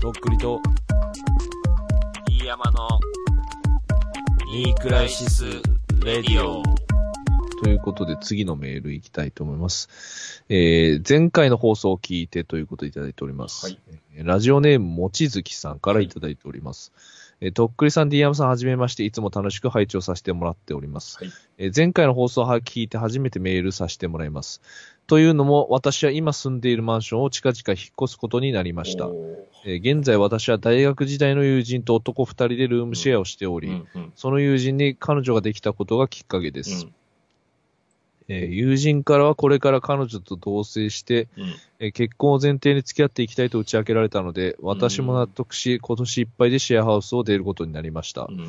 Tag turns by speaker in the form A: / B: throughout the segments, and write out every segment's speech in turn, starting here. A: とっくりと、
B: 飯山の、
A: ニークライシスレディオ。
C: ということで、次のメールいきたいと思います。えー、前回の放送を聞いてということでいただいております。
D: はい
C: えーラジオネーム、もちづきさんからいただいております。えーとっくりさん、DM さん、はじめまして、いつも楽しく拝聴させてもらっております。
D: はい
C: えー前回の放送を聞いて初めてメールさせてもらいます。というのも、私は今住んでいるマンションを近々引っ越すことになりました。
D: お
C: えー現在私は大学時代の友人と男2人でルームシェアをしてお
D: ー
C: り、
D: うんうん
C: その友人に彼女ができたことがきっかけです。えー友人からはこれから彼女と同棲して、
D: うんうん
C: えー結婚を前提に付き合っていきたいと打ち明けられたので、私も納得し、今年いっぱいでシェアハウスを出ることになりました
D: う。ん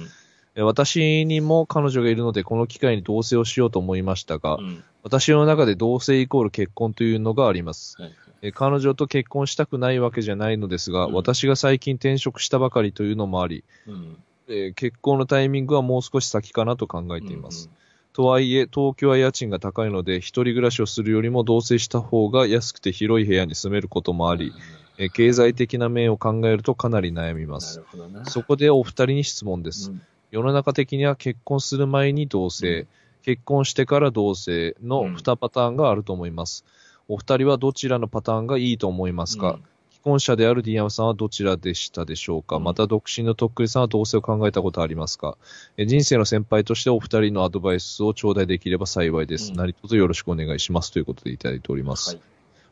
C: えー私にも彼女がいるので、この機会に同棲をしようと思いましたが、
D: うん
C: 私の中で同棲イコール結婚というのがあります。
D: はいはい
C: えー彼女と結婚したくないわけじゃないのですが、
D: うん
C: 私が最近転職したばかりというのもあり、
D: うん
C: えー結婚のタイミングはもう少し先かなと考えています。とはいえ、東京は家賃が高いので、一人暮らしをするよりも同棲した方が安くて広い部屋に住めることもあ
D: うんうん
C: り、えー経済的な面を考えるとかなり悩みま
D: な
C: す。
D: るほどな。
C: そこでお二人に質問です。
D: うん
C: 世の中的には結婚する前に同棲、
D: うん
C: 結婚してから同棲の
D: うん
C: 2パターンがあると思います。お二人はどちらのパターンがいいと思いますか、既婚者であるディアムさんはどちらでしたでしょうか、
D: うん
C: また独身のとっくりさんは同棲を考えたことありますかえ人生の先輩としてお二人のアドバイスを頂戴できれば幸いです。
D: うん
C: 何卒よろしくお願いしますということでいただいており
D: うん
C: ます。
D: はい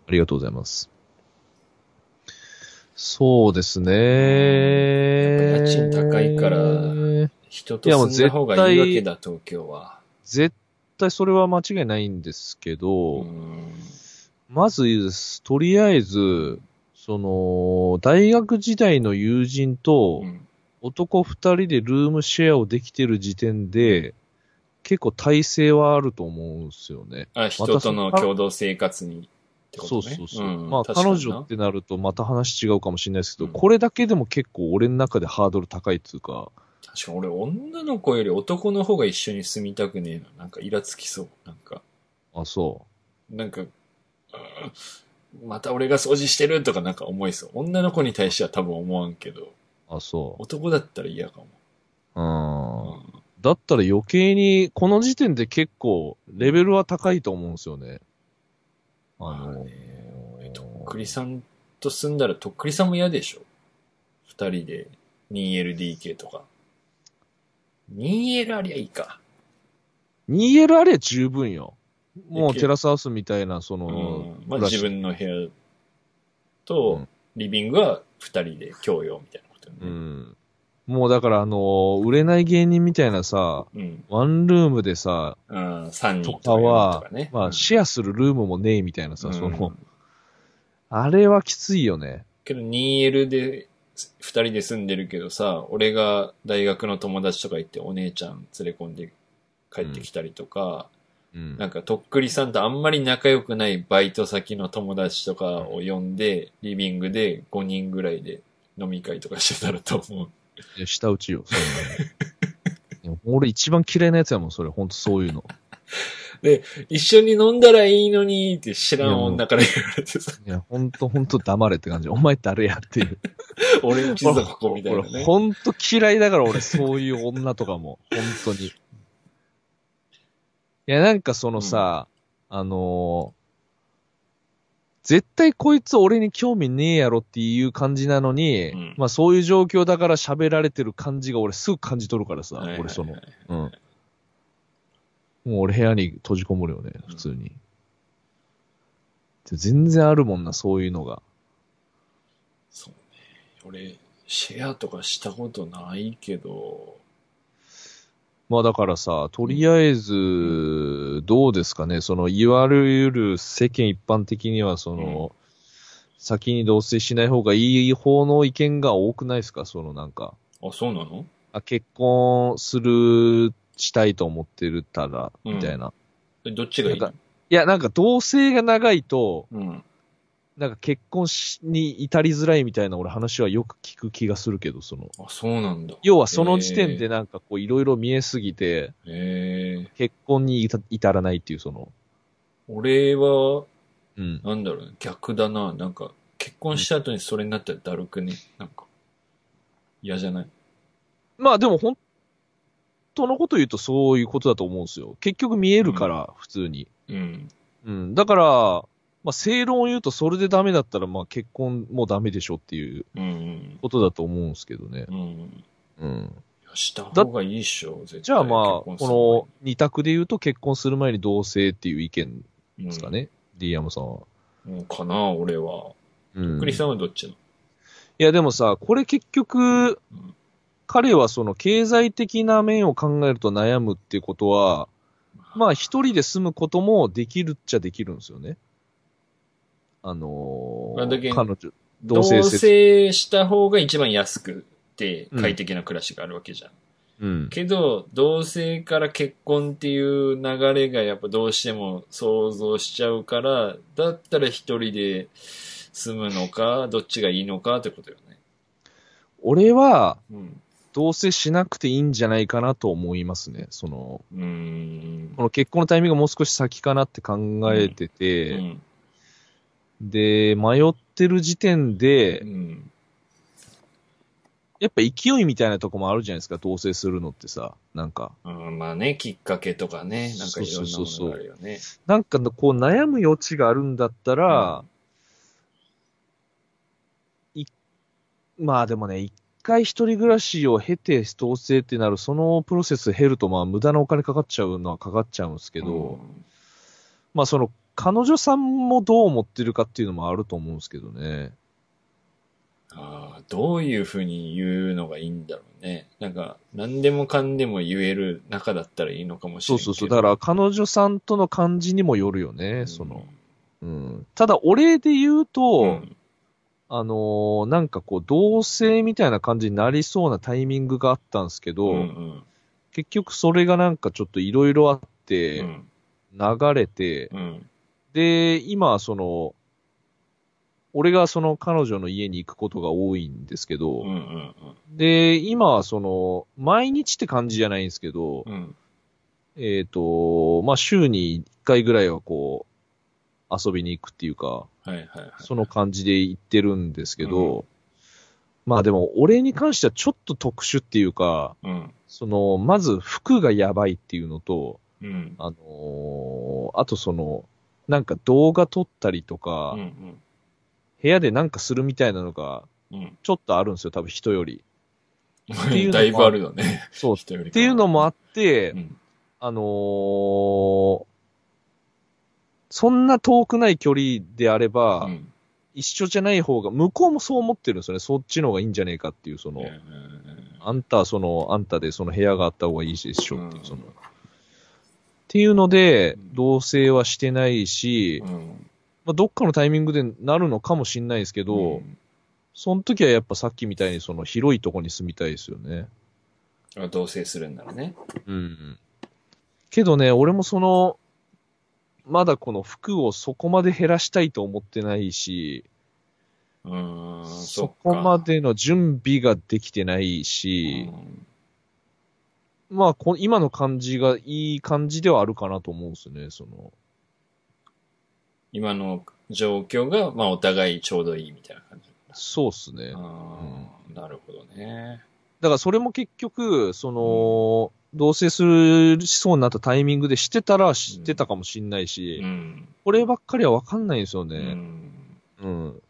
C: ありがとうございます。そうですね。
D: やっぱ家賃高いから人と住んだ方がいいわけだ、東京は。
C: 絶対それは間違いないんですけど、
D: うん
C: まずです、とりあえず、その、大学時代の友人と、
D: うん
C: 男二人でルームシェアをできてる時点で、結構体制はあると思うんですよね。
D: あ、人との共同生活にってこ
C: そ
D: と
C: う
D: ね。
C: そうそう。
D: ん
C: まあ、
D: 確かに
C: 彼
D: な
C: 女ってなるとまた話違うかもしれないですけど、
D: うん
C: これだけでも結構俺の中でハードル高いっていうか、
D: 確かに俺、女の子より男の方が一緒に住みたくねえな。なんかイラつきそう。なんか、
C: あ、そ
D: なんか、うんまた俺が掃除してるとかなんか思いそう。女の子に対しては多分思わんけど、
C: う、あ、そ
D: 男だったら嫌かも。
C: う。うん。
D: う
C: だったら余計に、この時点で結構レベルは高いと思うんですよね。あ
D: まあ
C: の
D: ね、俺とっくりさんと住んだらとっくりさんも嫌でしょ二人で 2LDK とか。2L ありゃいいか。
C: 2L あれば十分よ。も
D: いうけ
C: テラスハウスみたいな、そうの、
D: ん。まあ
C: 暮らし
D: 自分の部屋
C: う
D: と
C: ん
D: リビングは二人で共用みたいなことよ
C: う
D: ね。
C: ん。もうだからあのー売れない芸人みたいなさ、
D: うん。
C: ワンルームでさ、
D: うん。三人
C: と
D: と
C: かは、
D: かね。
C: ま
D: う
C: あ
D: ん
C: シェアするルームもねえみたいなさ、
D: うん
C: その、あれはきついよね。
D: けど 2L で2人で住んでるけどさ俺が大学の友達とか行ってお姉ちゃん連れ込んで帰ってきたりとか、
C: うん
D: なんかとっくりさんとあんまり仲良くないバイト先の友達とかを呼んで、リビングで5人ぐらいで飲み会とかしてたらと思う。
C: いや下打ちよ。そんなの俺一番嫌いなやつやもん、それ。ほんとそういうの。
D: 一緒に飲んだらいいのにって知らん女から言われてさ、
C: いや、ほんとほんと黙れって感じ。お前誰やっていう。
D: 俺んち族ここみたいな
C: 俺
D: ね。
C: ほんと嫌いだから、俺そういう女とか も。ほんとに。いや、なんかそのさ、あのー絶対こいつ俺に興味ねえやろっていう感じなのに、
D: うん
C: まあそういう状況だから喋られてる感じが俺すぐ感じ取るからさ、
D: はいはいはい
C: 俺その、うん。もう俺部屋に閉じこもるよね、普通に。全然あるもんな、そういうのが。
D: そうね。俺、シェアとかしたことないけど、
C: まあだからさ、とりあえず、どうですかね、その、いわゆる世間一般的には、その、先に同棲しない方がいい方の意見が多くないですかそのなんか、
D: あ、そうなの
C: あ結婚する、したいと思ってるたら、みたいな。
D: えどっちがいい
C: なんかいや、なんか同棲が長いと、
D: うん。
C: なんか結婚しに至りづらいみたいな俺話はよく聞く気がするけど、その、
D: あ、そうなんだ。
C: 要はその時点でなんかこういろいろ見えすぎて、
D: へえ。
C: 結婚に至至らないっていうその、
D: 俺は、
C: うん。
D: なんだろうね、逆だな。なんか、結婚した後にそれになったらだるくね。なんか、嫌じゃない
C: まあでも本当のこと言うとそういうことだと思うんですよ。結局見えるから、普通に。
D: うん。
C: うん。だから、まあ正論を言うとそれでダメだったら、まあ結婚もダメでしょっていう
D: うん。
C: ことだと思うんですけどね。
D: うん。
C: うん。
D: いやした方がいいっしょ、絶対。
C: じゃあまあ、
D: 結婚する
C: この二択で言うと結婚する前に同性っていう意見
D: 前に
C: ですか。ね。D ヤムさんは。
D: うんうんかな、俺は。
C: うん。
D: クリス
C: い
D: さんはどっちなの
C: やでもさ、これ結局
D: ん、
C: 彼はその経済的な面を考えると悩むっていうことは、まあ一人で住むこともできるっちゃできるんですよね。あの
D: なんだっけ
C: ー、彼女、
D: 同
C: 同
D: 棲
C: 性説。
D: した方が一番安くて快適な暮らしがあるわけじゃん。
C: うん。
D: けど、同性から結婚っていう流れがやっぱどうしても想像しちゃうから、だったら一人で住むのか、どっちがいいのかってことよね。
C: 俺は、
D: うん。
C: 同棲しなくていいんじゃないかなと思いますね。その、
D: うーん
C: こ。の結婚のタイミングがもう少し先かなって考えて
D: う
C: て、
D: ん。
C: で、迷ってる時点で、
D: うん。
C: やっぱ勢いみたいなとこもあるじゃないですか、同棲するのってさ、なんか。
D: うんまあね、きっかけとかね、なんかいろんなものがあるよね。
C: なんかのこう悩む余地があるんだったら、いまあでもね、一回一人暮らしを経て同棲ってなる、そのプロセス経るとまあ無駄なお金かかっちゃうのはかかっちゃうんですけど、
D: うん
C: まあその彼女さんもどう思ってるかっていうのもあると思うんですけどね。
D: ああ、どういうふうに言うのがいいんだろうね。なんか、何でもかんでも言える中だったらいいのかもし
C: そ
D: れ
C: う
D: ない。
C: そうそう。だから彼女さんとの感じにもよるよね、その。うんただ、お礼で言うと、
D: うん、
C: あのーなんかこう、同性みたいな感じになりそうなタイミングがあったんですけ
D: う
C: ど、
D: ん、うん
C: 結局それがなんかちょっといろいろあっ
D: う
C: て、
D: ん、
C: 流れて、
D: うん、
C: で、今、その、俺がその彼女の家に行くことが多いんですけど、
D: うん、うん、
C: で、今はその、毎日って感じじゃないんですけど、
D: うん、
C: えっ、と、まあ、週に1回ぐらいはこう、遊びに行くっていうか、
D: はいはいはい。
C: その感じで行ってるんですけど、まあでも、俺に関してはちょっと特殊っていうか、
D: うん、
C: その、まず服がやばいっていうのと、
D: うん、
C: あのーあとその、なんか動画撮ったりとか、
D: うん、うん、
C: 部屋でなんかするみたいなのが、
D: うん
C: ちょっとあるんですよ、多分人より。ていうのも
D: だいぶあるよね。
C: そう。っ
D: 人よりか
C: ていうのもあって、
D: うん、
C: あのーそんな遠くない距離であれば、
D: うん
C: 一緒じゃない方が、向こうもそう思ってるんですよね。そっちの方がいいんじゃねえかっていう、その、
D: うん
C: あんたはその、あんたでその部屋があった方がいいでしょっていう、
D: うん
C: その、っていうので
D: う、ん
C: 同棲はしてないし、
D: うん
C: まあ、どっかのタイミングでなるのかもしんないですけど、
D: ん
C: その時はやっぱさっきみたいにその広いとこに住みたいですよね。
D: あ同棲するんならね。
C: うん。けどね、俺もその、まだこの服をそこまで減らしたいと思ってないし、
D: うーん、
C: そ
D: っか
C: こま。での準備ができてないうし、
D: ん
C: まあこ、今の感じがいい感じではあるかなと思うんですね、その。
D: 今の状況が、まあ、お互いちょうどいいみたいな感じ。
C: そうっすね。
D: ああ、なるほどね。
C: だからそれも結局、その、同棲する、しそうになったタイミングでしてたら知ってたかもしんないし、
D: うん。
C: こればっかりはわかんないんですよ
D: う
C: ね。
D: ん。
C: うん。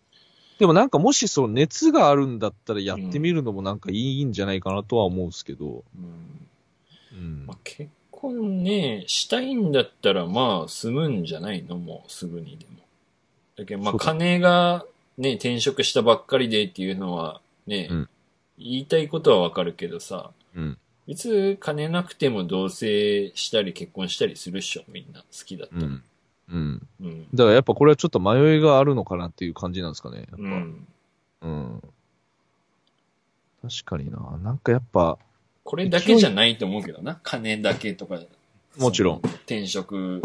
C: でもなんかもしその熱があるんだったらやってみるのもなんかいいんじゃないかなとは思うんですけど。
D: うん
C: うん
D: まあ、。結婚ね、したいんだったら、まあ、住むんじゃないのもうすぐにでも。だけど、まあ、
C: そうだ
D: 金がね、転職したばっかりでっていうのは、ね、
C: うん
D: 言いたいことはわかるけどさ、
C: うん。
D: 別に金なくても同棲したり結婚したりするっしょ、みんな。好きだった
C: う
D: ら。
C: ん。うん。
D: うん。
C: だからやっぱこれはちょっと迷いがあるのかなっていう感じなんですかね。やっぱ。
D: うん。
C: うん。確かにな。なんかやっぱ、
D: これだけじゃないと思うけどな。金だけとか。
C: もちろん
D: その。転職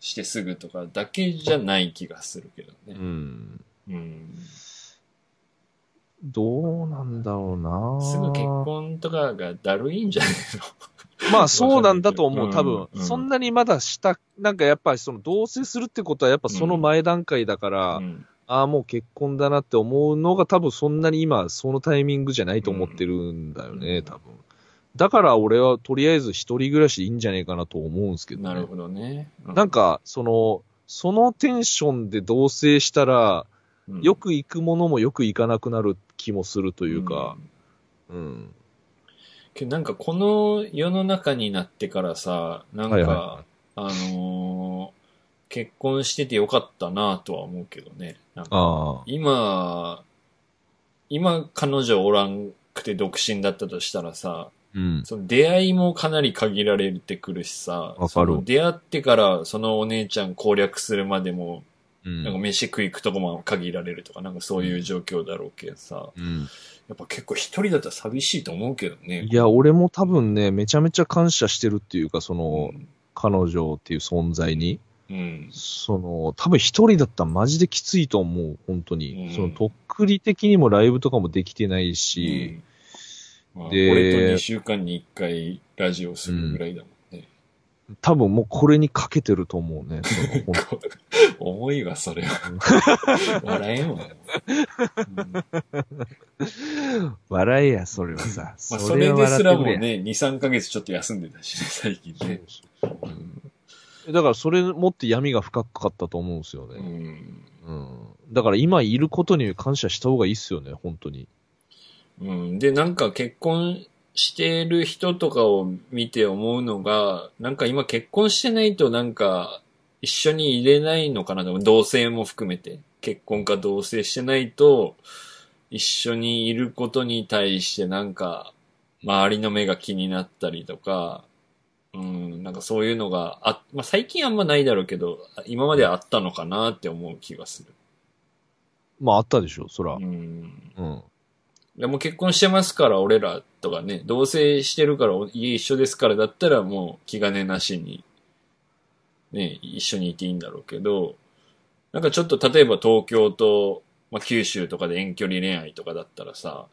D: してすぐとかだけじゃない気がするけど
C: う
D: ね。
C: ん。
D: うん。
C: どうなんだろうな。
D: すぐ結婚とかがだるいんじゃない
C: まあそうなんだと思
D: うん
C: う、多分。
D: うん
C: そんなにまだした、なんかやっぱりその同棲するってことはやっぱその前段階だから、
D: の、うん
C: ああ、もう結婚だなって思うのが多分そんなに今、そのタイミングじゃないと思ってるんだよね、
D: うん
C: 多分。だから俺はとりあえず一人暮らしでいいんじゃねえかなと思うんですけど、ね。
D: なるほどね。
C: なんか、その、そのテンションで同棲したら、
D: うん
C: よく行くものもよく行かなくなる気もするというか、
D: ん
C: うん。
D: けどなんかこの世の中になってからさ、なんか、
C: はいは
D: あのー結婚しててよかったなとは思うけどね。なんか
C: ああ。
D: 今、今彼女おらんくて独身だったとしたらさ、
C: うん。
D: その出会いもかなり限られてくるしさ、
C: わか
D: そ
C: る
D: の出会ってからそのお姉ちゃん攻略するまでも、
C: う
D: なんか
C: ん。
D: 飯食い行くとこも限られるとか、なんかそういう状況だろうけどさ、
C: うん、
D: やっぱ結構一人だったら寂しいと思うけどね。
C: いや、俺も多分ね、めちゃめちゃ感謝してるっていうか、その、
D: うん
C: 彼女っていう存在に。
D: うん。
C: その、多分一人だったらマジできついと思う、本当に。
D: うん
C: その、とっくり的にもライブとかもできてないし、
D: まあ、
C: で
D: 俺と2週間に1回ラジオするぐらいだもんね。
C: 多分もうこれにかけてると思うね。そ のほん
D: こう重いわ、それ は。笑えんわ。うんま
C: 笑えや、それはさ。
D: あ、それですらも
C: それは笑ってくれ
D: ね、2、3ヶ月ちょっと休んでたしね、最近
C: や
D: ね。
C: だからそれもって闇が深かったと思うんですよ
D: う
C: ね。
D: ん。
C: うん。だから今いることに感謝した方がいいっすよね、本当に。
D: うん。で、なんか結婚してる人とかを見て思うのが、なんか今結婚してないとなんか一緒に入れないのかな、でも同性も含めて。結婚か同性してないと、一緒にいることに対してなんか、周りの目が気になったりとか、うん、なんかそういうのがあ、まあ、最近あんまないだろうけど、今まであったのかなって思う気がする。
C: まああったでしょ、そら。
D: うん。
C: うん。
D: いやもう結婚してますから俺らとかね、同棲してるからお家一緒ですからだったらもう気兼ねなしに、ね、一緒にいていいんだろうけど、なんかちょっと例えば東京と、まあ、九州とかで遠距離恋愛とかだったらさ、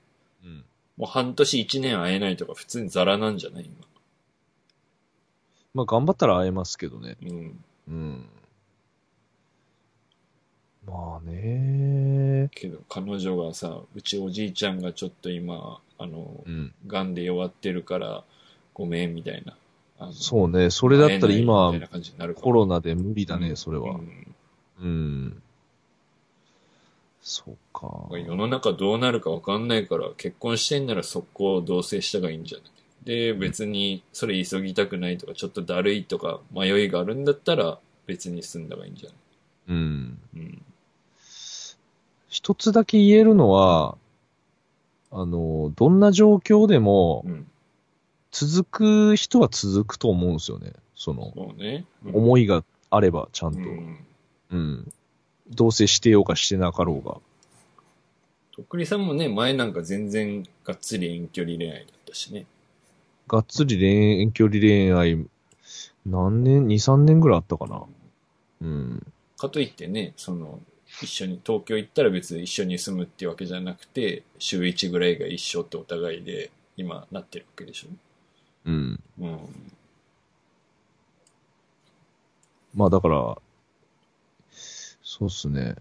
C: うん。
D: もう半年一年会えないとか普通にザラなんじゃない
C: まあ頑張ったら会えますけどね。
D: 今。うん。
C: うん。まあね。
D: けど彼女がさ、うちおじいちゃんがちょっと今、あの、
C: うん。
D: 癌で弱ってるからごめんみたいな。あの
C: そうね。それだったら今
D: 会えないみたいな、感じになるかも
C: コロナで無理だね、それ
D: う
C: は。
D: ん
C: うん。そうか。
D: 世の中どうなるかわかんないから、結婚してんなら速攻同棲した方がいいんじゃないで、別にそれ急ぎたくないとか、ちょっとだるいとか、迷いがあるんだったら、別に住んだ方がいいんじゃない
C: うん。
D: うん。
C: 一つだけ言えるのは、あの、どんな状況でも
D: う、ん。
C: 続く人は続くと思うんですよね。その、
D: そうね。い
C: 思いがあれば、ちゃん
D: う
C: と。
D: ん。
C: うん。同棲してようかしてなかろうが。
D: とっくりさんもね、前なんか全然がっつり遠距離恋愛だったしね。
C: がっつり恋遠距離恋愛、何年、2、3年ぐらいあったかな。うん。
D: かといってね、その、一緒に、東京行ったら別に一緒に住むってわけじゃなくて、週1ぐらいが一緒ってお互いで、今なってるわけでしょ。
C: うん。
D: うん。
C: まあだから、そうっすね。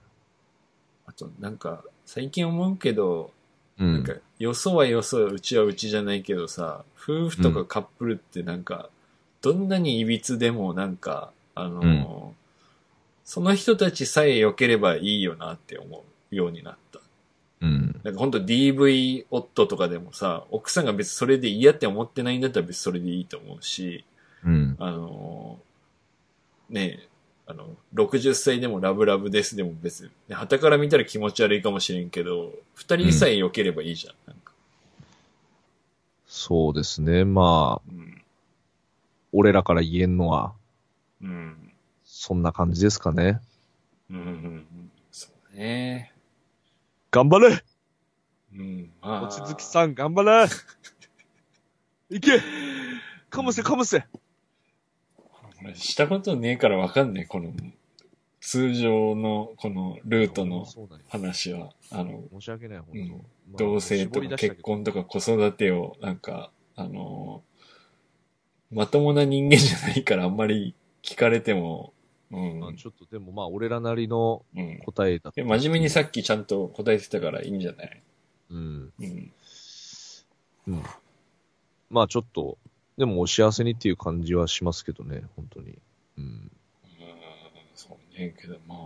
D: あと、なんか、最近思うけど、
C: う
D: なん
C: ん
D: か。、よそはよそ、うちはうちじゃないけどさ、夫婦とかカップルってなんか、どんなに歪でもなんか、あのーその人たちさえ良ければいいよなって思うようになった。
C: うん。
D: なんかほんと DV 夫とかでもさ、奥さんが別にそれで嫌って思ってないんだったら別にそれでいいと思うし、
C: うん。
D: あのーねえ、あの、60歳でもラブラブですでも別に、ね、旗から見たら気持ち悪いかもしれんけど、二人さえ良ければいいじゃん。なんか
C: そうですね。まあ、
D: うん。
C: 俺らから言えんのは、
D: うん。
C: そんな感じですかね。
D: うんうんうん。そうね。
C: 頑張れ
D: うん。まあ。
C: ん、頑張 れいけかむせかむせ
D: 俺したことねえからわかんねえ、この、通常の、この、ルートの
C: そうなんよ
D: 話は。あの、
C: 申し訳ない、本
D: うん
C: 当。
D: 同性とか結婚と
C: か。
D: か子育てを、なんか、あのーまともな人間じゃないからあんまり聞かれても、うん。
C: まあちょっとでもまあ俺らなりの
D: うん。
C: 答えだった
D: で真面目にさっきちゃんと答えてたからいいんじゃない
C: うん。
D: うん。
C: うん。まあちょっと、でもお幸せにっていう感じはしますけどね、本当に。うん。
D: うんそうね。けどまあ、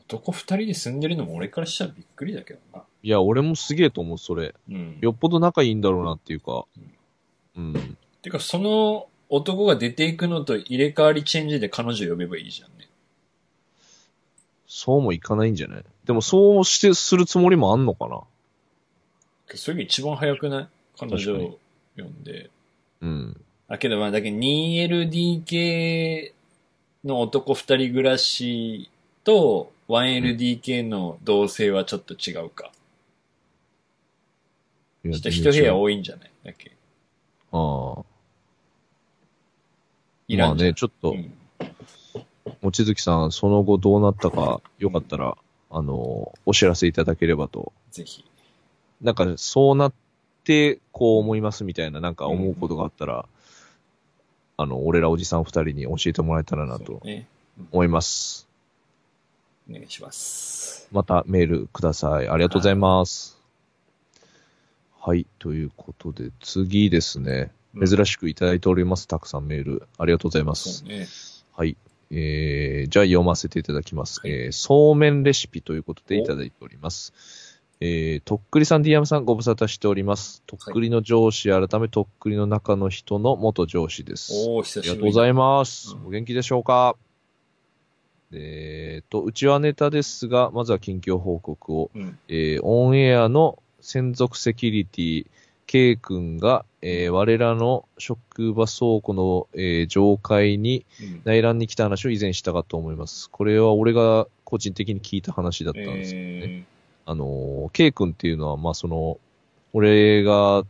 D: 男二人で住んでるのも俺からしたらびっくりだけどな。
C: いや、俺もすげえと思う、それ。
D: うん。
C: よっぽど仲いいんだろうなっていうか。うん。
D: てか、その男が出ていくのと入れ替わりチェンジで彼女呼べばいいじゃんね。
C: そうもいかないんじゃないでもそうして、するつもりもあんのかな
D: それが一番早くない彼女
C: 確
D: を呼んで。
C: うん。
D: あ、けどまあ、だけど 2LDK の男二人暮らしと 1LDK の同性はちょっと違うか。
C: いや
D: ちょっと一部屋
C: 全
D: 多いんじゃないだっけ
C: 然ああ。
D: い
C: ま
D: ら
C: あ
D: んじゃん。
C: ね、ちょっと、
D: うん
C: 望月さん、その後どうなったか、よかったら、あの、お知らせいただければと。
D: ぜひ。
C: なんか、そうなって、こう思いますみたいな、なんか思うことがあったら、あの、俺らおじさん二人に教えてもらえたらな
D: そ
C: と
D: うね。
C: 思います。
D: お願いします。
C: またメールください。ありがとうございます。はい、ということで、次ですね。
D: しい。
C: 珍しくいただいております。たくさんメール。ありがとうございます。
D: そうね。
C: はい。えー、じゃあ読ませていただきます。
D: はい
C: えー、そうめんレシピということでいただいております。えー、とっくりさん、ディアムさん、ご無沙汰しております。とっくりの上司、改めとっくりの中の人の元上司です。
D: おー、久
C: あり
D: しぶり。
C: がとうござ
D: い
C: います。
D: うん
C: お元気でしょうかえーと、うちはネタですが、まずは近況報告を。
D: ます。うん。
C: えーオンエアの専属セキュリティ、K 君が、えー我らの職場倉庫の、えー上階に
D: うん
C: 内覧に来た話を以前したかと思います。これは俺が個人的に聞いた話だったんですけどね。
D: え
C: あのー、K 君っていうのは、まあその、俺が、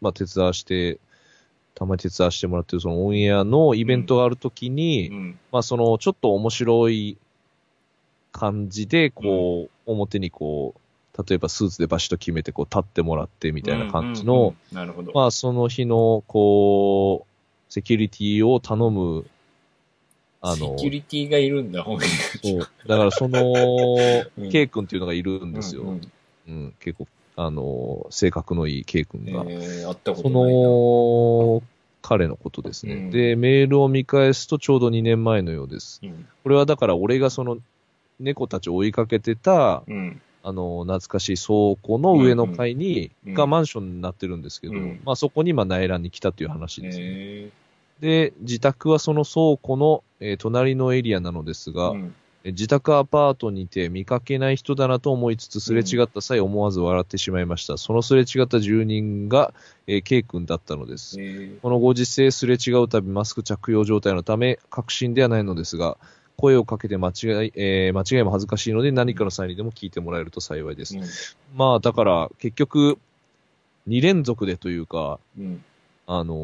C: まあ手伝わして、たまに手伝わしてもらってるそのオンエアのイベントがあるときに、
D: ーうん。
C: まあその、ちょっと面白い感じで、こう、表にこう、例えばスーツでバシッと決めて、こう立ってもらってみたいな感じの、
D: うんうんうん。なるほど。
C: まあ、その日の、こう、セキュリティを頼む、あの、
D: セキュリティがいるんだ、本当に。
C: そうだからその、
D: うん
C: K 君っていうのがいるんですよ。
D: う
C: うん
D: うんん
C: 結構、あの、性格のいい K 君
D: え
C: が。
D: ー、あったこ
C: そ
D: とないな。
C: の、彼のことですね、
D: うん
C: で、メールを見返すとちょうど2年前のようです。
D: うん。
C: これはだから俺がその、猫たちを追いかけてた、
D: うん。
C: あの、懐かしい倉庫の上の階に、
D: うんうん
C: がマンションになってるんですけど、
D: うん
C: まあそこにまあ内覧に来たという話ですね。
D: え
C: で、自宅はその倉庫の、えー隣のエリアなのです
D: ー
C: が、
D: うん
C: え自宅アパートにて見かけない人だなと思いつつすれ違った際思わず笑ってしまいました。そのすれ違った住人が、えー K 君だったのです
D: え。ー
C: このご時世すれ違うたびマスク着用状態のため、確信ではないのですが、声をかけて間違い、えー間違いも恥ずかしいので何かの際にでも聞いてもらえると幸いです。まあ、だから、結局、2連続でというか、
D: うん。うん。
C: あの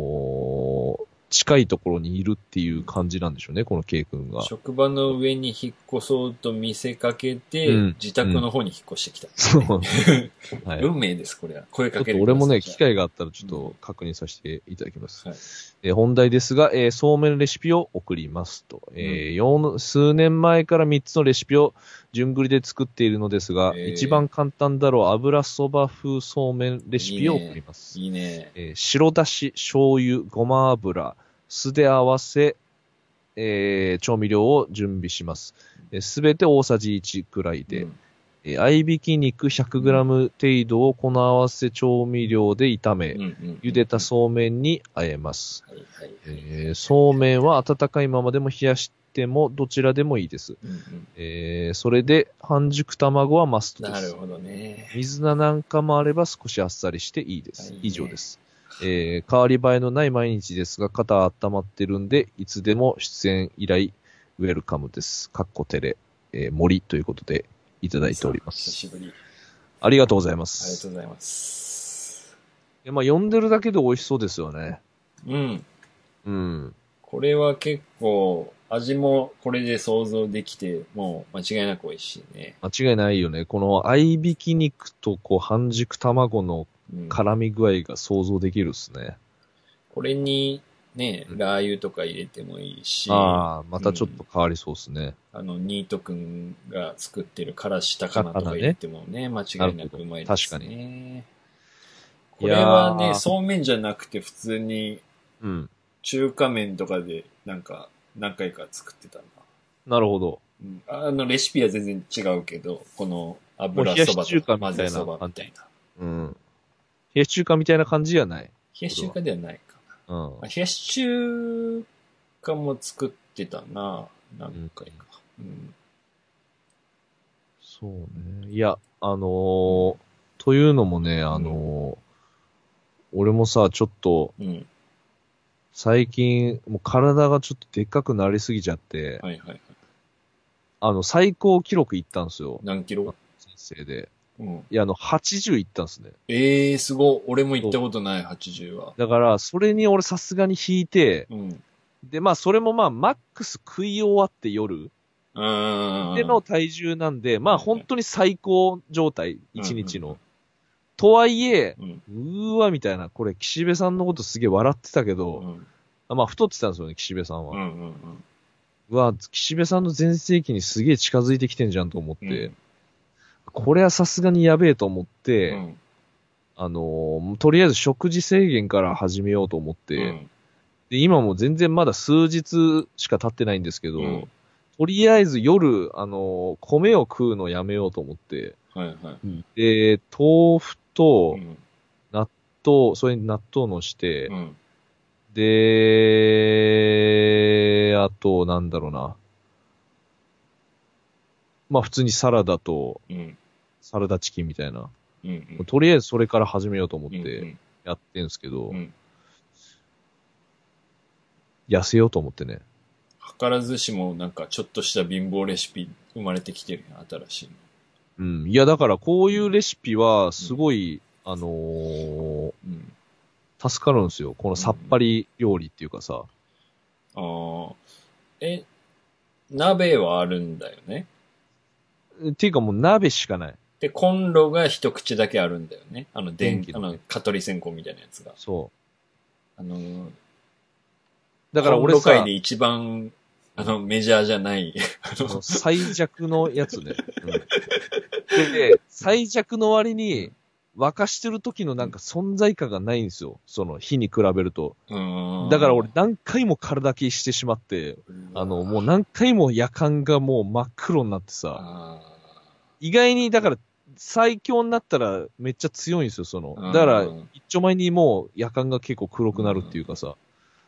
C: ー近いところにいるっていう感じなんでしょうね、この K 君が。
D: 職場の上に引っ越そうと見せかけて、
C: うん
D: 自宅の方に引っ越してきた。
C: そう。 はい。
D: 運命です、これは。声
C: ちょ
D: か
C: っ
D: け
C: と
D: る
C: 俺もね、
D: じ
C: 機
D: ゃあ
C: 会があったらちょっと確認させていただきます。
D: はい
C: えー本題ですが、えーそうめんレシピを送りますと、えー四数年前から3つのレシピを順繰りで作っているのですが、
D: えー
C: 一番簡単だろう油そば風そうめんレシピを送ります。
D: いいね。
C: えー白だし、醤油、ごま油、酢で合わせ、えー調味料を準備します。すべて大さじ1くらいで、
D: うん
C: えー合いびき肉 100g 程度を粉合わせ調味料で炒め、
D: うんうん
C: 茹でたそうめんに和えます。
D: はいはい。
C: えーそうめんは温かいままでも冷やしてもどちらでもいいです。
D: うんうん
C: えーそれで半熟卵はマストで
D: なる
C: す。
D: ほどね。
C: 水菜なんかもあれば少しあっさりしていいです。
D: はい
C: 以上です。えー変わり映えのない毎日ですが、肩は温まってるんで、いつでも出演依頼ウェルカムです。カッコテレ、えー森ということでいただいております。
D: 久しぶり。あ
C: ありがとうございま
D: りがと
C: す。
D: うございます。
C: いやまあ、呼んでるだけで美味しそうですよね。
D: うん。
C: うん。
D: これは結構、味もこれで想像できて、もう間違いなく美味しいね。
C: 間違いないよね。この合いびき肉とこう半熟卵の
D: うん、
C: 絡み具合が想像できるっすね。
D: これに、ね、
C: うん
D: ラー油とか入れてもいいし、あ
C: ああ、またちょっと変わりそうですね。
D: の、ニートくんが作ってるからしたかなとか入れてもね、間違いなくうまいです
C: なるほど確か
D: ね。こ
C: い
D: れ
C: やー
D: はね、そうめんじゃなくて普通に
C: うん。
D: 中華麺とかでなんか何回か作ってたな。
C: なるほど。
D: うんあのレシピは全然違うけど、この油
C: もう冷や
D: そ
C: し
D: ば
C: 中
D: と
C: 華
D: か
C: みたいな
D: 混ぜそばみたいな。
C: うん。冷やし中華みたいな感じじゃない。
D: 冷やし中華ではないかな。
C: うん
D: あ。冷やし中華も作ってたな、何回か。うん
C: そうね。いや、あのーというのもね、あのー俺もさ、ちょっと、
D: うん。
C: 最近、もう体がちょっとでっかくなりすぎちゃって、
D: はいはいはい。
C: あの、最高記録いったんですよ。
D: 何キロ
C: 人生で。
D: うん。
C: いや、あの、80いったんですね。
D: ええー、すごい。俺も行ったことない、80は。
C: だから、それに俺さすがに引いて、
D: うん。
C: で、まあ、それもまあ、マックス食い終わって夜
D: あ
C: での体重なんで、まあ、本当に最高状態、一日
D: うんう
C: の。とはいえ、
D: うん。
C: うーわ、みたいな、これ、岸辺さんのことすげえ笑ってたけ
D: う
C: ど、
D: ん。
C: あまあ、太ってたんですよね、岸辺さん
D: うん。う
C: は。
D: ん。
C: うわ、岸辺さんの全盛期にすげえ近づいてきてんじゃんと思って、
D: うん
C: これはさすがにやべえと思って、
D: うん。
C: あのーとりあえず食事制限から始めようと思って、
D: うん
C: で今も全然まだ数日しか経ってないんですけど、
D: うん
C: とりあえず夜、あのー米を食うのやめようと思って、
D: はいはい。
C: で、豆腐と
D: うん。
C: と、それに納豆のして、
D: うん。
C: で、あと、なんだろうな。まあ普通にサラダと、
D: うん。
C: サラダチキンみたいな。
D: うん。
C: とりあえずそれから始めようと思っ
D: う
C: て
D: ん
C: やってんすけど
D: う、ん。
C: 痩せようと思ってね。
D: 図らずしもなんかちょっとした貧乏レシピ生まれてきてるやん、新しいの。
C: うん。いやだからこういうレシピはすごい、あのー
D: うん。
C: 助かるんですよ。このさっぱり料理っていうかさ。
D: ああ。え、鍋はあるんだよね。
C: っていうかもう鍋しかない。
D: で、コンロが一口だけあるんだよね。あの、電
C: 電
D: 気、
C: 気
D: あ
C: のね
D: の、蚊取り線香みたいなやつが。
C: そ
D: あのー、
C: う。だから
D: コン
C: 俺
D: ロ界
C: さ、
D: で一番、あの、メジャーじゃない。あの、
C: 最弱のやつね。うんで、最弱の割に、沸かしてる時のなんか存在感がないんですよ。その火に比べると。
D: うーん
C: だから俺、何回も体消してしまって、あの、もう何回も夜間がもう真っ黒になってさ、
D: あ
C: 意外にだから最強になったらめっちゃ強いんですよ、その
D: うん。
C: だから、一丁前にもう夜間が結構黒くなるっていうかさ、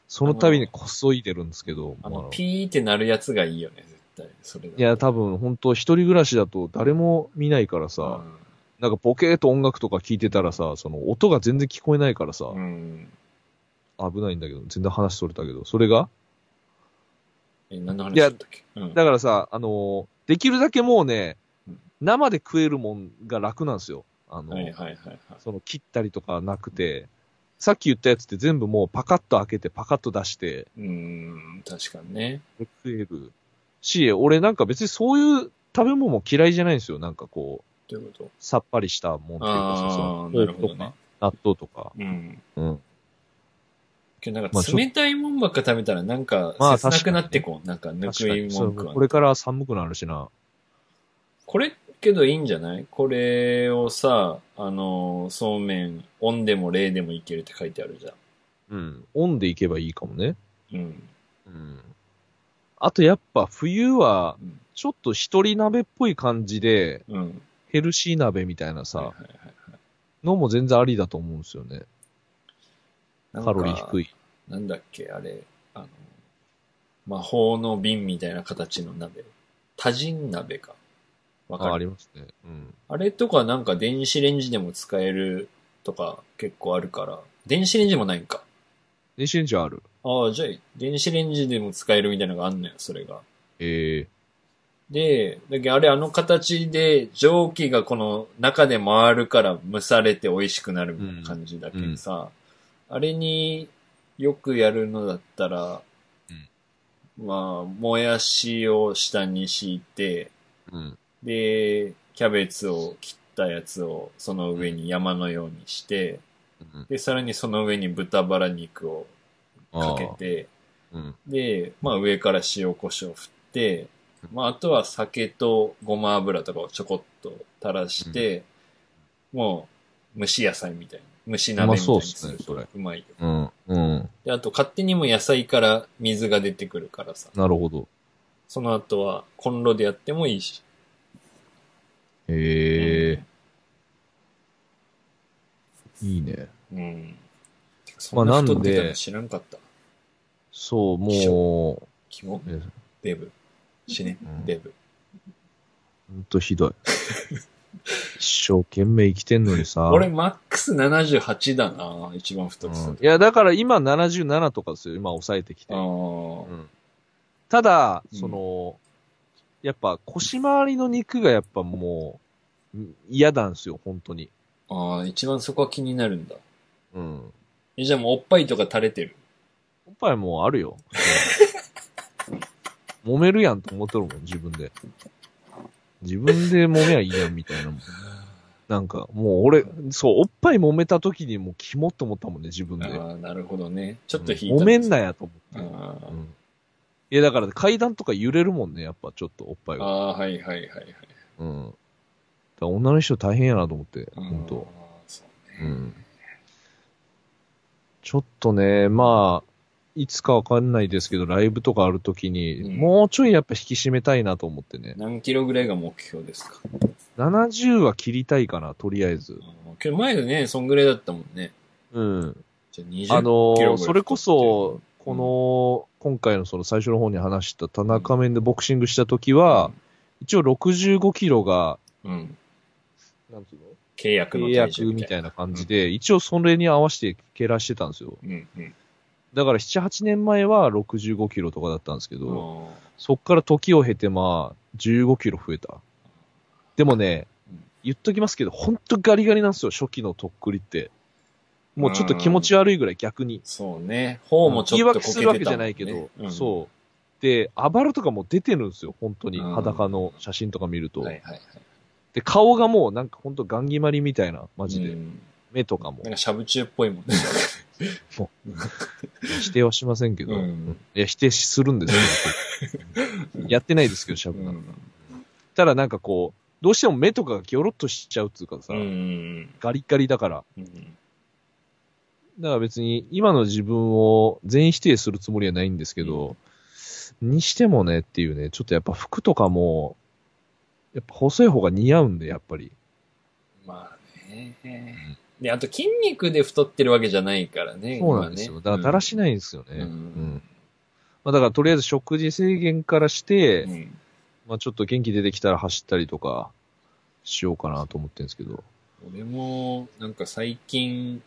C: その度にこそいでるんですけど、
D: ーあ
C: ま
D: の
C: あ、
D: ピーってなるやつがいいよね、絶対。それだと
C: いや、多分、本当一人暮らしだと誰も見ないからさ、なんかボケーと音楽とか聞いてたらさ、その音が全然聞こえないからさ
D: う、ん。
C: 危ないんだけど、全然話それたけど、それが
D: え、何の話
C: いや
D: だったっけうん
C: だからさ、あのーできるだけもうね
D: うん、
C: 生で食えるもんが楽なんですよ。あの、
D: はいはいはいはい。
C: その切ったりとかなくて、さっき言ったやつって全部もうパカッと開けてパカッと出して、
D: うーん、確かにね。
C: 食える。し、俺なんか別にそういう食べ物も嫌いじゃないんですよ。なんかこう、
D: ということ。
C: さっぱりしたもんっていうかさ、そ
D: あ
C: の
D: あ、なるほ
C: 豆腐と
D: ど
C: か
D: ね。
C: 納豆とか。
D: うん。
C: うん。
D: けどなん
C: ま
D: か
C: あちょ
D: 冷たいもんばっか食べたらなんか
C: まあ
D: 切なくなってこう。なんかぬ
C: 確
D: く
C: か
D: い
C: に。
D: も
C: そ
D: ん食
C: う
D: わん
C: これから寒くなるしな。
D: これけどいいんじゃないこれをさ、あの、そうめん、オンでもレイでもいけるって書いてあるじゃ
C: うん。オンでいけばいいかもね。
D: ん。うん。
C: うん。あとやっぱ冬は
D: うん、
C: ちょっと一人鍋っぽい感じで、
D: うん。
C: ヘルシー鍋みたいな
D: はいは
C: さ、
D: いはい
C: のも全然ありだと思うんですよね。
D: なん
C: カ
D: か
C: ロリー低い。
D: なんだっけ、あれ、あの、魔法の瓶みたいな形の鍋。多人鍋か。わ
C: あ
D: か
C: あ
D: る
C: りますね。うん。
D: あれとかなんか電子レンジでも使えるとか結構あるから。電子レンジもないんか。
C: 電子レンジある。
D: ああ、じゃあ、電子レンジでも使えるみたいなのがあんのよ、それが。
C: え
D: で、だけどあれあの形で蒸気がこの中で回るから蒸されて美味しくなるみたいな感じだけどさ、あれによくやるのだったら、まあ、もやしを下に敷いて、
C: えうん。
D: で、キャベツを切ったやつをその上に山のようにして、
C: うん
D: で、さらにその上に豚バラ肉をかけて、
C: うん。
D: で、まあ上から塩コショウ振って、まああとは酒とごま油とかをちょこっと垂らして、もう蒸し野菜みたいな。蒸し鍋みたいにすると
C: うまそうっすねそれ
D: うまいよ。
C: うん。うん。
D: で、あと勝手にもう野菜から水が出てくるからさ。
C: なるほど。
D: その後はコンロでやってもいいし。
C: へえ、いいね。
D: うん。て
C: ま
D: かそ
C: あ
D: んな太
C: な
D: っ
C: ん
D: てた
C: で
D: の知らんかった。
C: そう、
D: 気
C: も
D: キモ
C: う、え
D: デブ。死ね
C: うん。
D: デブ。
C: ほんとひ どい。一生懸命生きてんのにさ。
D: 俺マックス78だな一番太ってた
C: うんい
D: 時。
C: や、だから今77とかですよ。今抑えてきて。
D: あ
C: うんただ、
D: うん
C: その、やっぱ腰回りの肉がやっぱもう、ん嫌なんですよ、本当に。
D: あ。ああ、一番そこは気になるんだ。
C: うん。
D: え、じゃあもうおっぱいとか垂れてる。
C: おっぱいもうある よ。揉めるやんと思ってるもん、自分で。自分で揉めやいいやんみたいなもん。なんか、もう俺、そう、おっぱい揉めた時にもうキモって思ったもんね、自分で。
D: ああ、なるほどね。ちょっと引い
C: 揉
D: た。
C: めんなやと
D: あ
C: 思って。
D: ー
C: うんいや、だから階段とか揺れるもんね、やっぱちょっとおっぱいが。
D: あー、はいはいはいはい。
C: うん。だから女の人大変やなと思って、
D: あー
C: 本当。
D: そう
C: うん。ちょっとね、まあ、いつかわかんないですけど、ライブとかあるときに、
D: うん
C: もうちょいやっぱ引き締めたいなと思ってね。
D: 何キロぐらいが目標ですか
C: 70は切りたいかな、とりあえず
D: あ。ーけど前ね、そんぐらいだったもんね。
C: うん。
D: じゃあ20キロ
C: あの
D: ぐらい太っ
C: ー、
D: て
C: それこ、そ、この、今回のその最初の方に話した田中面でボクシングしたときは、一応65キロが、
D: うん。
C: なんていうの
D: 契約の
C: 契
D: 体
C: 約
D: 重
C: み
D: みた
C: た
D: い
C: いな感じで、一応それに合わせて蹴らしてたんですよ。
D: な。うんうん。
C: だから7、8年前は65キロとかだったんですけど、
D: あー
C: そっから時を経てまあ、15キロ増えた。でもね
D: うん、
C: 言っときますけど、ほんとガリガリなんですよ、初期のとっくりって。もうちょっと気持ち悪いぐらい逆に。
D: そうね。方もちょっとこけて
C: 言い訳
D: たもんね、
C: するわけじゃないけど、そう。で、あばらとかも出てるんですよ、本当に。
D: うん
C: 裸の写真とか見ると。
D: はいはいはい。
C: で、顔がもうなんかほんとガン決まりみたいな、マジで。
D: うん
C: 目とかも
D: なん。かしゃぶ中っぽいもんね。
C: 否定はしませんけど。
D: うん
C: いや、否定するんですよ。 やってないですけど、しゃ
D: う
C: ぶなんて
D: ん。
C: ただなんかこう、どうしても目とかがギョロッとしちゃうっていうかさ、
D: うん。
C: ガリガリだから。
D: うん
C: だから別に今の自分を全否定するつもりはないんですけど、にしてもねっていうね、ちょっとやっぱ服とかも、やっぱ細い方が似合うんで、やっぱり。
D: まあね。で、あと筋肉で太ってるわけじゃないからね。
C: そうなんですよ。だ
D: 今
C: か
D: ね
C: らだらしないんですよね。
D: うん
C: うんまあだからとりあえず食事制限からして、
D: うん
C: まあちょっと元気出てきたら走ったりとかしようかなと思ってるんですけど。
D: 俺も、なんか最近、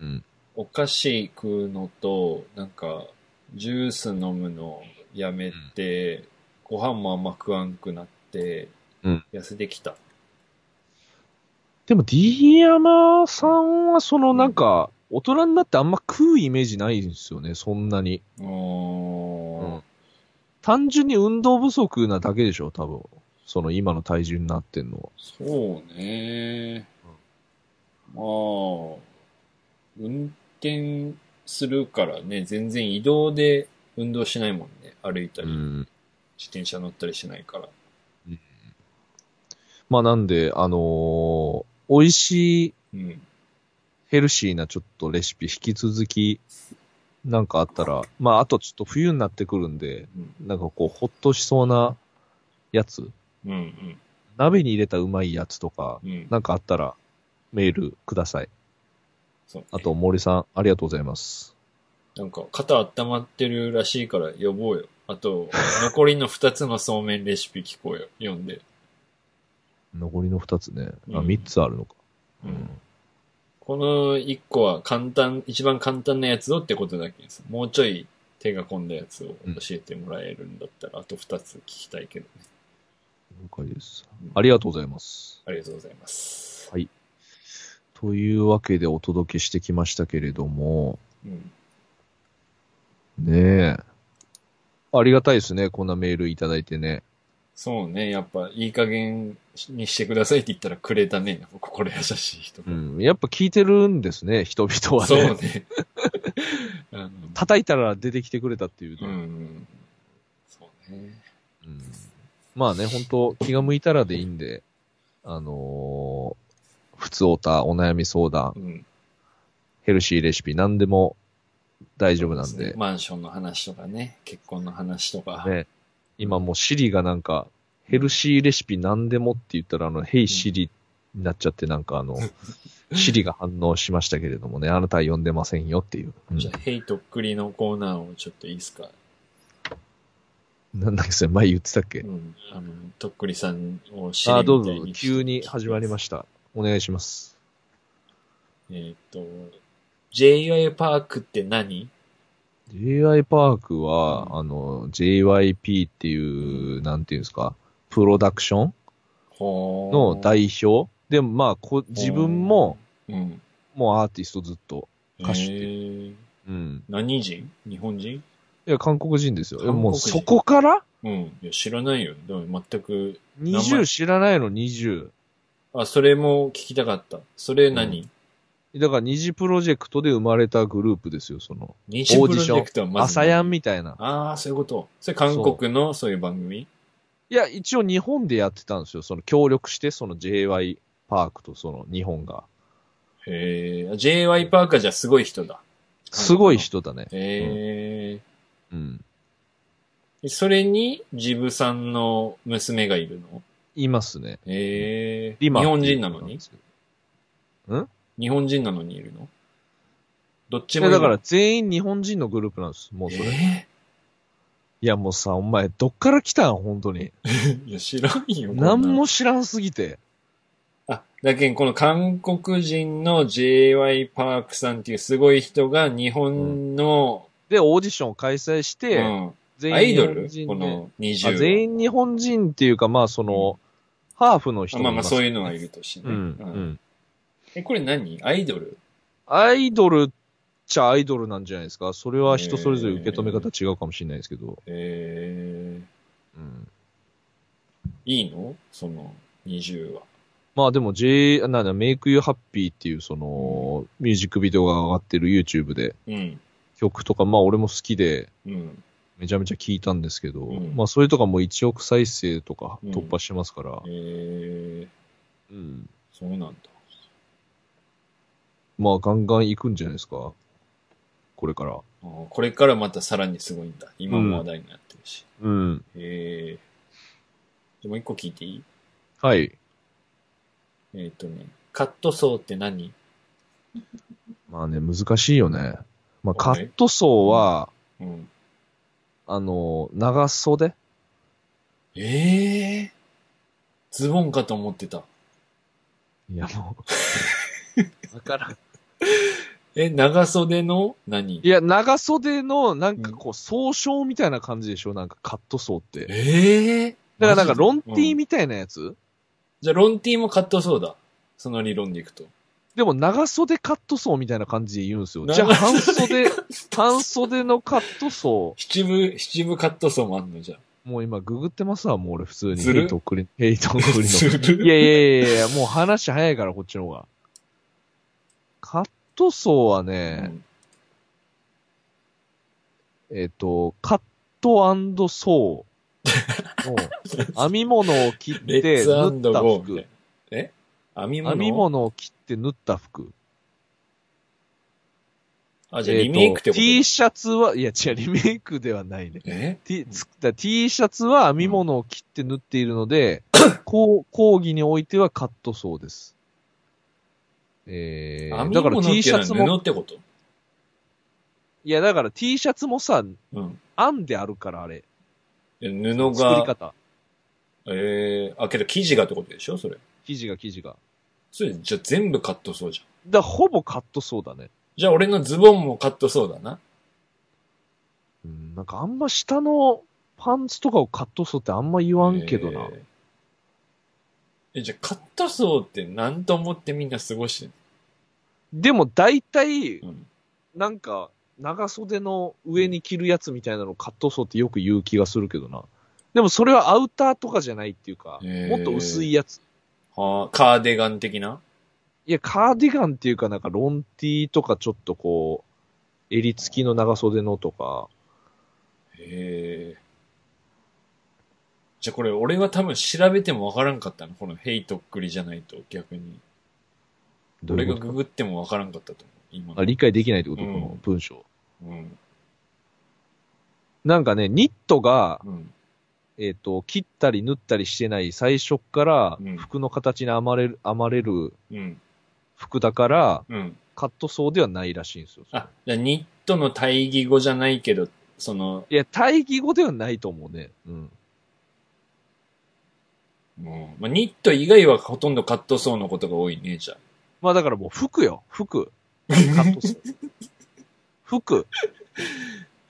C: うん。
D: お菓子食うのと、なんか、ジュース飲むのやめて、ご飯もあんま食わんくなって、
C: うん
D: 痩せてきた。
C: でも D 山さんはそのなんか、大人になってあんま食うイメージないんですよね、そんなに。
D: うーん。
C: 単純に運動不足なだけでしょ、多分。その今の体重になってんのは。
D: そうね。まあ、運転するからね、全然移動で運動しないもんね。歩いたり、自。転車乗ったりしないから。
C: まあなんで、あのー美味しい
D: うん。
C: ヘルシーなちょっとレシピ引き続きなんかあったら、まああとちょっと冬になってくるんで、
D: うん。
C: なんかこうほっとしそうなやつ、
D: うん。うん
C: 鍋に入れたうまいやつとか、
D: うん。
C: なんかあったらメールください。
D: そうね
C: あと、森さん、ありがとうございます。
D: なんか、肩温まってるらしいから呼ぼうよ。あと、残りの2つのそうめんレシピ聞こうよ。読んで。
C: 残りの2つね。あ、
D: うん
C: 3つあるのか。
D: うん。この1個は簡単、一番簡単なやつをってことだけどさ、もうちょい手が込んだやつを教えてもらえるんだったら、あと2つ聞きたいけどね。
C: 了解です
D: うん。
C: ありがとうございます。
D: ありがとうございます。
C: というわけでお届けしてきましたけれども、
D: うん。
C: ねえ。ありがたいですね。こんなメールいただいてね。
D: そうね、やっぱ、いい加減にしてくださいって言ったらくれたね。心優しい人。
C: うん。やっぱ聞いてるんですね、人々は
D: そう
C: ね。
D: ね。あの
C: 叩いたら出てきてくれたっていう、
D: うん。そうね。
C: うんまあね、本当気が向いたらでいいんで、あのー普通おた、お悩み相談、
D: うん。
C: ヘルシーレシピ、何でも大丈夫なん
D: そうですね
C: で、
D: マンションの話とかね、結婚の話とか。
C: ね、今もうシリがなんか、ヘルシーレシピ何でもって言ったら、あの、ヘイシリになっちゃって、なんかあ の、シリが反応しましたけれどもね、あなたは呼んでませんよっていう。うん
D: じゃあ、ヘイとっくりのコーナーをちょっといいですか。
C: なんだっけ、それ前言ってたっけ
D: うん。あの、とっくりさんを知り
C: あ、どう
D: みたい
C: ぞ、急に始まりました。お願いします。
D: えーっと、JY パークって何
C: JI パークは、
D: うん
C: あの、JYP っていう、なんていうんですか、プロダクションの
D: の
C: 代表。でもまあこ、自分も、、
D: うん。
C: もうアーティストずっと。歌手って
D: えー
C: うん。
D: 何人日本人
C: いや、韓国人ですよ。
D: 韓国人
C: もうそこから
D: うん。いや、知らないよ。でも全く、名前
C: ?20 知らないの20。
D: あ、それも聞きたかった。それ何、
C: だから二次プロジェクトで生まれたグループですよ、その。
D: 二次プロジェクトはまず
C: 朝
D: 何。
C: やんみたいな。
D: ああ、そういうこと。それ韓国のそういう番組
C: いや、一応日本でやってたんですよ。その協力して、その JY パークとその日本が。
D: へえ。JY パーカーじゃすごい人だ。
C: すごい人だね。
D: へえ、
C: うん。
D: それに、ジブさんの娘がいるの
C: いますね。
D: へえ。日
C: リマ
D: 本人なのに日本人なのにいるのどっち
C: い
D: もい
C: や、だ
D: る
C: から、全員日本人のグループなんです、もうそれ。
D: え
C: いや、もうさ、お前、どっから来たん本当に。
D: ーいや、知らんよ。こんな
C: 何
D: の
C: も知らんすぎて。
D: あ、だけん、この韓国人の JY パークさんっていうすごい人が日本の、
C: で、オーディションを開催し
D: うん
C: て、全
D: アイ
C: 員日
D: ド
C: 本
D: ル
C: 人
D: こ
C: で、
D: の20
C: あ
D: は。
C: 全員日本人っていうか、まあ、その、ハーフの人
D: あまあまあ、そういう
C: う。
D: のはいるとしてね。
C: うん、うん。
D: え、これ何アイドル
C: アイドルっちゃアイドルなんじゃないですか。それは人それぞれ受け止め方違うかもしれないですけど。
D: え
C: うん
D: ー、いいのその20は。
C: まあでも J、なんだ、メイクユーハッピーっていうその、ミュージックビデオが上がってる YouTube で
D: うん。
C: 曲とか、まあ俺も好きで、
D: うん。
C: めちゃめちゃ聴いたんですけど、
D: うん
C: まあそれとかもう1億再生とか
D: うん
C: 突破してますから、
D: えー、
C: うん
D: そうなんだ。
C: まあガンガン行くんじゃないですか。これから。
D: あーこれからまたさらにすごいんだ。今も話題になってるし。
C: うん。
D: えー、でもう一個聞いていい
C: はい。
D: えっ、とね、カット層って何
C: まあね、難しいよね。まあカ
D: OK
C: ット層は、
D: うん。
C: あの、長袖
D: ええー、ズボンかと思ってた。
C: いやもう。 わからん。
D: え、長袖の何
C: いや、長袖の、なんかこう、総称みたいな感じでしょなんかカット層って。
D: ええー、
C: だからなんか、ロンティー
D: み、
C: みたいなやつ、
D: じゃあ、ロンティーもカットそうだ。その理論でいくと。
C: でも長袖カット層みたいな感じで言うんですよ。
D: 長
C: じゃ
D: 袖
C: あ半袖、半袖のカット層。
D: 七分、七分カット層もあんのじゃん。
C: もう今ググってますわ、もう俺普通に。
D: ずる
C: ヘイトクリ、ヘイトクリ の。
D: する
C: いやいやいやいや、もう話早いからこっちの方が。カット層はね、えっ、と、カット層の 編み物を切っ
D: レッ
C: て
D: ツ
C: 縫った
D: ゴーみた
C: 服
D: い。な。え編み物
C: 編み物を切って縫った服。
D: あ、じゃあリメイクってことだ
C: T シャツは、いや違う、リメイクではないね。
D: え
C: T, つだ T シャツは編み物を切って縫っているの で、こう講義においてはカットそうです。え
D: 編
C: ー、
D: み
C: だから
D: 物
C: T
D: って
C: シ
D: の
C: ャ
D: は
C: ツ
D: 布
C: も、
D: ってこと
C: いやだから T シャツもさ、
D: うん。
C: 編んであるからあれ。
D: え布
C: 作り
D: が、
C: 方。
D: ええー、あ、けど生地がってことでしょそれ。
C: 生地が生地が。
D: それ、じゃあ全部カットそうじゃん。
C: だからほぼカットそうだね。
D: じゃあ俺のズボンもカットそうだな。
C: うん、なんかあんま下のパンツとかをカットそうってあんま言わんけどな。
D: えーえ、じゃあカットそうって何と思ってみんな過ごしてん
C: でも大体、
D: のうん。
C: なんか、長袖の上に着るやつみたいなのをカットソーってよく言う気がするけどな。でもそれはアウターとかじゃないっていうか、
D: へー
C: もっと薄いやつ。
D: はあ、カーディガン的ない
C: や、カーディガンっていうかなんかロンティーとかちょっとこう、襟付きの長袖のとか、
D: へえ。じゃあこれ俺は多分調べてもわからんかったの。このヘイとっくりじゃないと逆に。
C: どうい
D: 俺
C: う
D: が
C: こと
D: ググってもわからんかったと思う。今の
C: あ理解できないってこと、
D: うん
C: この文章。
D: うん。
C: なんかね、ニットが、
D: うん。
C: えっ、と、切ったり縫ったりしてない最初から
D: うん
C: 服の形に編まれる、編まれる
D: うん。
C: 服だから、
D: うん。
C: カットソーではないらしいんですよ。
D: あ、じゃあニットの対義語じゃないけど、その、
C: いや、対義語ではないと思うね。うん。
D: もうまあ、ニット以外はほとんどカットソーのことが多いね、じゃあ。
C: まあだからもう服よ、服。カットソ ー。服。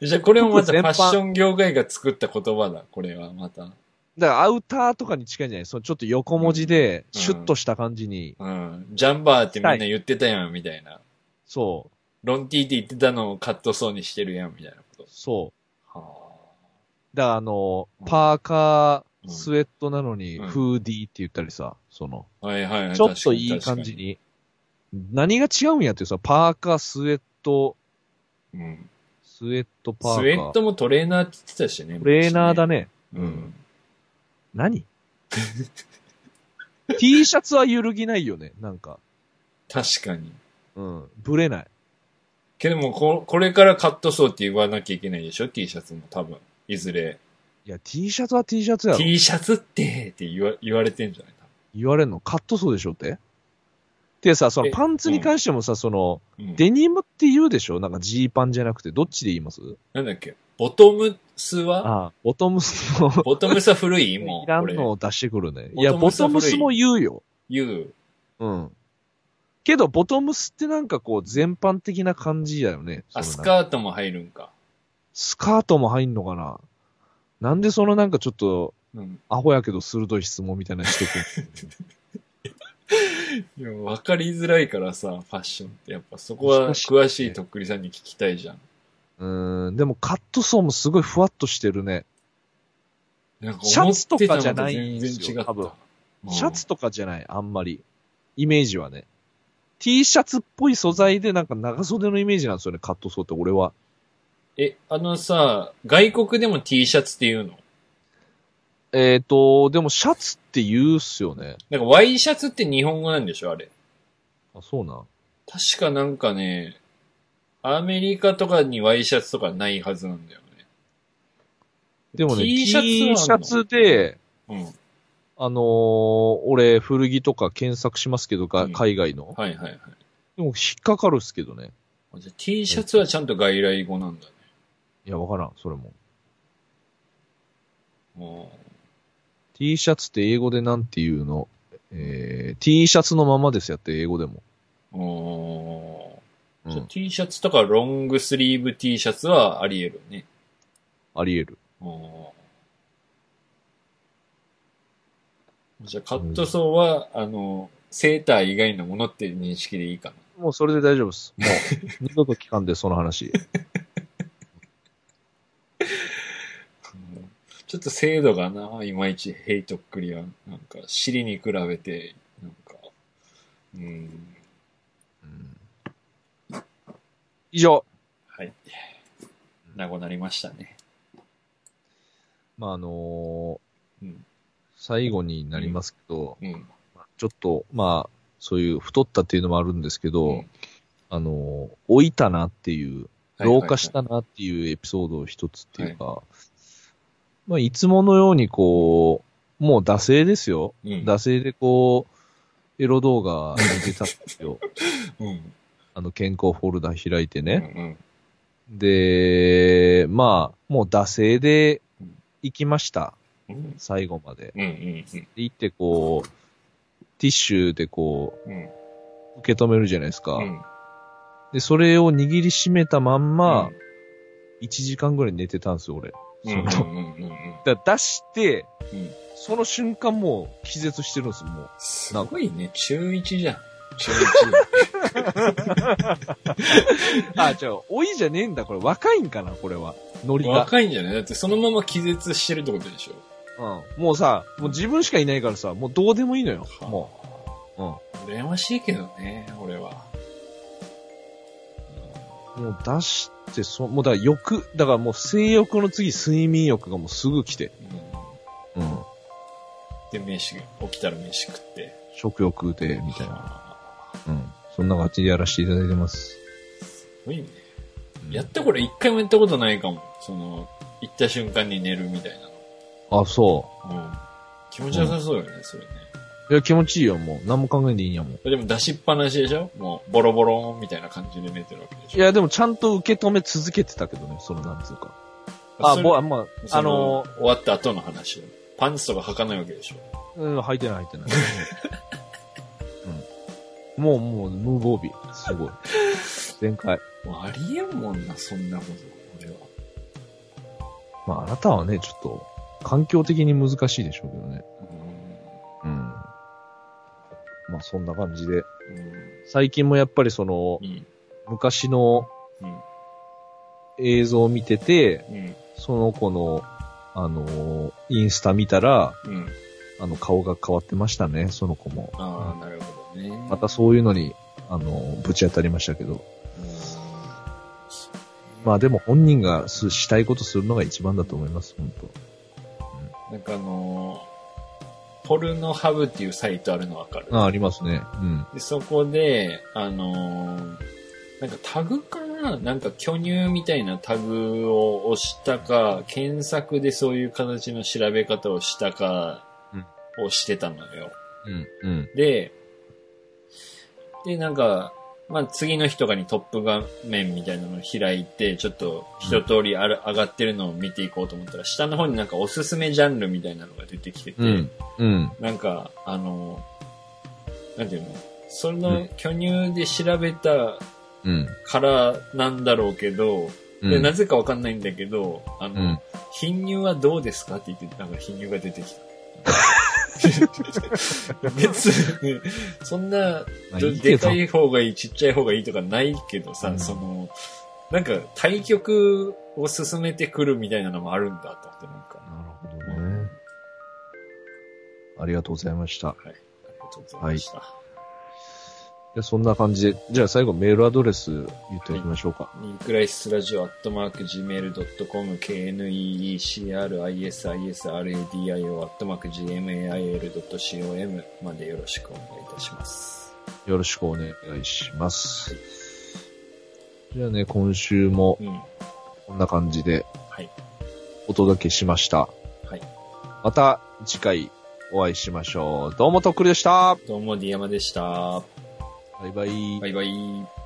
D: じゃあこれもまたフ
C: 全
D: ァ
C: 般
D: ッション業界が作った言葉だ、これはまた。
C: だからアウターとかに近いんじゃないそのちょっと横文字で、
D: うん
C: シュッとした感じに、
D: うん。ジャンバーってみんな言ってたやん、みたいな。
C: そ
D: ロンティーって言ってたのをカットソーにしてるやん、みたいなこ
C: う、そう。
D: と。は
C: だからあの
D: うん、
C: パーカ
D: うん
C: ー、スウェットなのに、
D: うん
C: フーディーって言ったりさ、その、
D: あ。はいはいはい。
C: ちょっといい感じ
D: 確
C: に。何が違うんやってさ、パーカー、スウェット、
D: かに。うん。
C: スウェットパーカ
D: ス
C: ー。
D: ウェットもトレーナーって言ってたしね。
C: トレーナーだ
D: ね。
C: ね。
D: うん。
C: 何 ?T シャツは揺るぎないよね、なんか。
D: 確かに。
C: うん。ぶれない。
D: けどもこ、これからカットソーって言わなきゃいけないでしょ ?T シャツも多分。いずれ。
C: いや、T シャツは T シャツやろ。
D: T シャツってって言わ言われてんじゃないか
C: 言われるのカットソーでしょってでさ、その
D: え
C: パンツに関してもさ、その、
D: うん、
C: デニムって言うでしょなんかジーパンじゃなくて、どっちで言います
D: なんだっけボトムスは
C: ああ、ボトムスも、
D: ボトムスは 古いも、
C: いうら
D: こ
C: ん
D: れ。
C: のを出してくるね。いや、
D: ボ
C: ボ
D: ト
C: ト
D: ム
C: ム
D: ス
C: ス
D: は
C: も
D: 古
C: 言うよ。
D: 言う。
C: うん。けど、ボトムスってなんかこう、全般的な感じだよね。
D: あ、
C: そ
D: ス
C: のなんか
D: カートも入るんか。
C: スカートも入んのかななんでそのなんかちょっと、
D: うん。
C: アホやけど鋭い質問みたいなのしてくる
D: いやわかりづらいからさ、ファッションって。やっぱそこは
C: 難しいね
D: 詳しいとっくりさんに聞きたいじゃん。
C: うーん、でもカットソーもすごいふわっとしてるね。
D: なんか
C: シャツとかじゃ
D: 思っ
C: な
D: て
C: い
D: た
C: ん
D: のと
C: ですよ
D: 全然違った。
C: 多分
D: うん
C: シャツとかじゃない、あんまり。イメージはね。T シャツっぽい素材でなんか長袖のイメージなんですよね、カットソーって俺は。
D: え、あのさ、外国でも T シャツっていうの
C: えっ、と、でもシャツって言うっすよね。
D: なんかワイシャツって日本語なんでしょあれ。
C: あ、そうなん。
D: 確かなんかね、アメリカとかにワイシャツとかないはずなんだよ
C: でもね、
D: T
C: T シ
D: シャツはあんの
C: ャツで、
D: ね。
C: あのー俺、古着とか検索しますけど、が
D: うん
C: 海外の
D: うん。。はいはいはい。
C: でも、引っかかるっすけどね。
D: じゃあ T シャツはちゃんと外来語なんだね。
C: いや、わからん、それも。
D: も
C: T シャツって英語でなんて言うのえー、T シャツのままですやって、英語でも。
D: うも
C: う
D: うじゃあ
C: ん、
D: T シャツとかロングスリーブ T シャツはあり得るね。
C: あり得る。
D: もうじゃあカットソーは、あの、セーター以外のものって認識でいいかな。
C: もうそれで大丈夫です。もう、二度と聞かんで、その 話。
D: うんちょっと精度がな、いまいちヘイトっくりは、なんか、尻に比べて、なんか、うん、
C: うん以上。
D: はい。なごなりましたね。
C: まあ、あのー
D: うん
C: 最後になりますけど、
D: うん。
C: ちょっと、まあ、そういう太ったっていうのもあるんですけど、
D: うん
C: あの、老いたなっていう、
D: はいはいは
C: 老
D: い
C: 化したなっていうエピソードを一つっていうか、いまあ、いつものようにこう、もう惰性ですよ。
D: うん。
C: 惰性でこう、エロ動画見てたんですよ。
D: うん。
C: あの、健康フォルダ開いて
D: うん。う
C: ね。
D: ん。
C: で、まあ、もう惰性で行きました。
D: うん。
C: 最後まで。
D: うん。うん。うん
C: で行ってこう、ティッシュでこ
D: うん。
C: う、受け止めるじゃないですか。
D: うん。
C: で、それを握りしめたまんま
D: うん、
C: 1時間ぐらい寝てたんですよ、俺。
D: う
C: そ
D: ん。
C: の
D: うん。うん。うん。
C: だから出して、
D: うん
C: その瞬間もう気絶してるんですよ、もう。
D: すごいね。中1じゃん。中
C: あ、じゃあ、老いじゃねえんだ、これ。若いんかな、これは。ノリ
D: 1。
C: が。
D: 若いんじゃないだってそのまま気絶してるってことでしょ。
C: うん。もうさ、もう自分しかいないからさ、もうどうでもいいのよ、もう。うん。
D: 羨ましいけどね、俺は。
C: もう出して、そもうだから欲、だからもう性欲の次睡眠欲がもうすぐ来て、
D: うん。
C: うん、
D: で、飯、起きたら飯食って。
C: 食欲で、みたいな。
D: あ
C: うん。そんな感じでやらせていただいてます。
D: ーすごいね。やったこれ一回もやったことないかも。その、行った瞬間に寝るみたいな
C: あ、そ
D: の。うん。気持ちよさそうよね、それね。
C: う。いや、気持ちいいよ、もう。何も考えんでいいんやもん。
D: でも出しっぱなしでしょもう、ボロボロみたいな感じで寝てるわけでしょ
C: いや、でもちゃんと受け止め続けてたけどね、そのなんつうか。あ、
D: あそれ
C: ぼ、あまあ、
D: そ
C: あの、
D: 終わった後の話を。パンツとか履かないわけでしょ
C: うん、履いてない履いて ない。うん。もう、もう、無防備。す ごい。全開。
D: もうありえんもんな、そんなこと。俺は。
C: まあ、あなたはね、ちょっと、環境的に難しいでしょうけどね。うん。まあ、そんな感じで。最近もやっぱりその
D: う、ん。
C: 昔の
D: うん。
C: 映像を見てて、
D: うん。
C: その子の、あのーインスタ見たら、
D: うん。
C: あの、顔が変わってましたね、その子も。
D: ああ、なるほどね。
C: またそういうのに、あのーぶち当たりましたけど。まあでも本人がすしたいことするのが一番だと思います、本
D: なんかあのーポルノハブっていうサイトあるのわかる
C: 当。ああ、ありますね。うん。
D: でそこで、あのーなんかタグかななんか巨乳みたいなタグを押したか、検索でそういう形の調べ方をしたか
C: うん、
D: をしてたのよ。
C: うん。うん。
D: で、で、なんか、まあ、次の日とかにトップ画面みたいなのを開いて、ちょっと一通りある、上がってるのを見ていこうと思ったら、下の方になんかおすすめジャンルみたいなのが出てきてて、
C: うん。うん。
D: なんか、あの、なんていうのその巨乳で調べた
C: うん。
D: からなんだろうけど、
C: うん。
D: でなぜかわかんないんだけど、あ
C: う
D: の、
C: ん。
D: 貧乳はどうですかって言って、なんか貧乳が出 てきた。別に、そんな、
C: まあ
D: ど
C: いいけ
D: で
C: ど
D: か。い方がいい、ちっちゃい方がいいとかないけどさ、
C: うん
D: その、なんか対局を進めてくるみたいなのもあるんだと思って、なんか、
C: なるほどね。ありがとうございました。
D: ありがとうございました。
C: でそんな感じで、じゃあ最後メールアドレス言っておきましょうか。
D: ニークライシスラジオアットマーク Gmail.com KNEECRISISRADIO アットマーク GMAIL.com までよろしくお願いいたします。
C: よろしくお願いします。じゃあね、今週も
D: うん。は
C: こんな感じで
D: い。
C: お届けしました。
D: はい。
C: また次回お会いしましょう。どうもとっくりでした。
D: どうも、ディアマでした。
C: バイバイ。
D: バイバイ。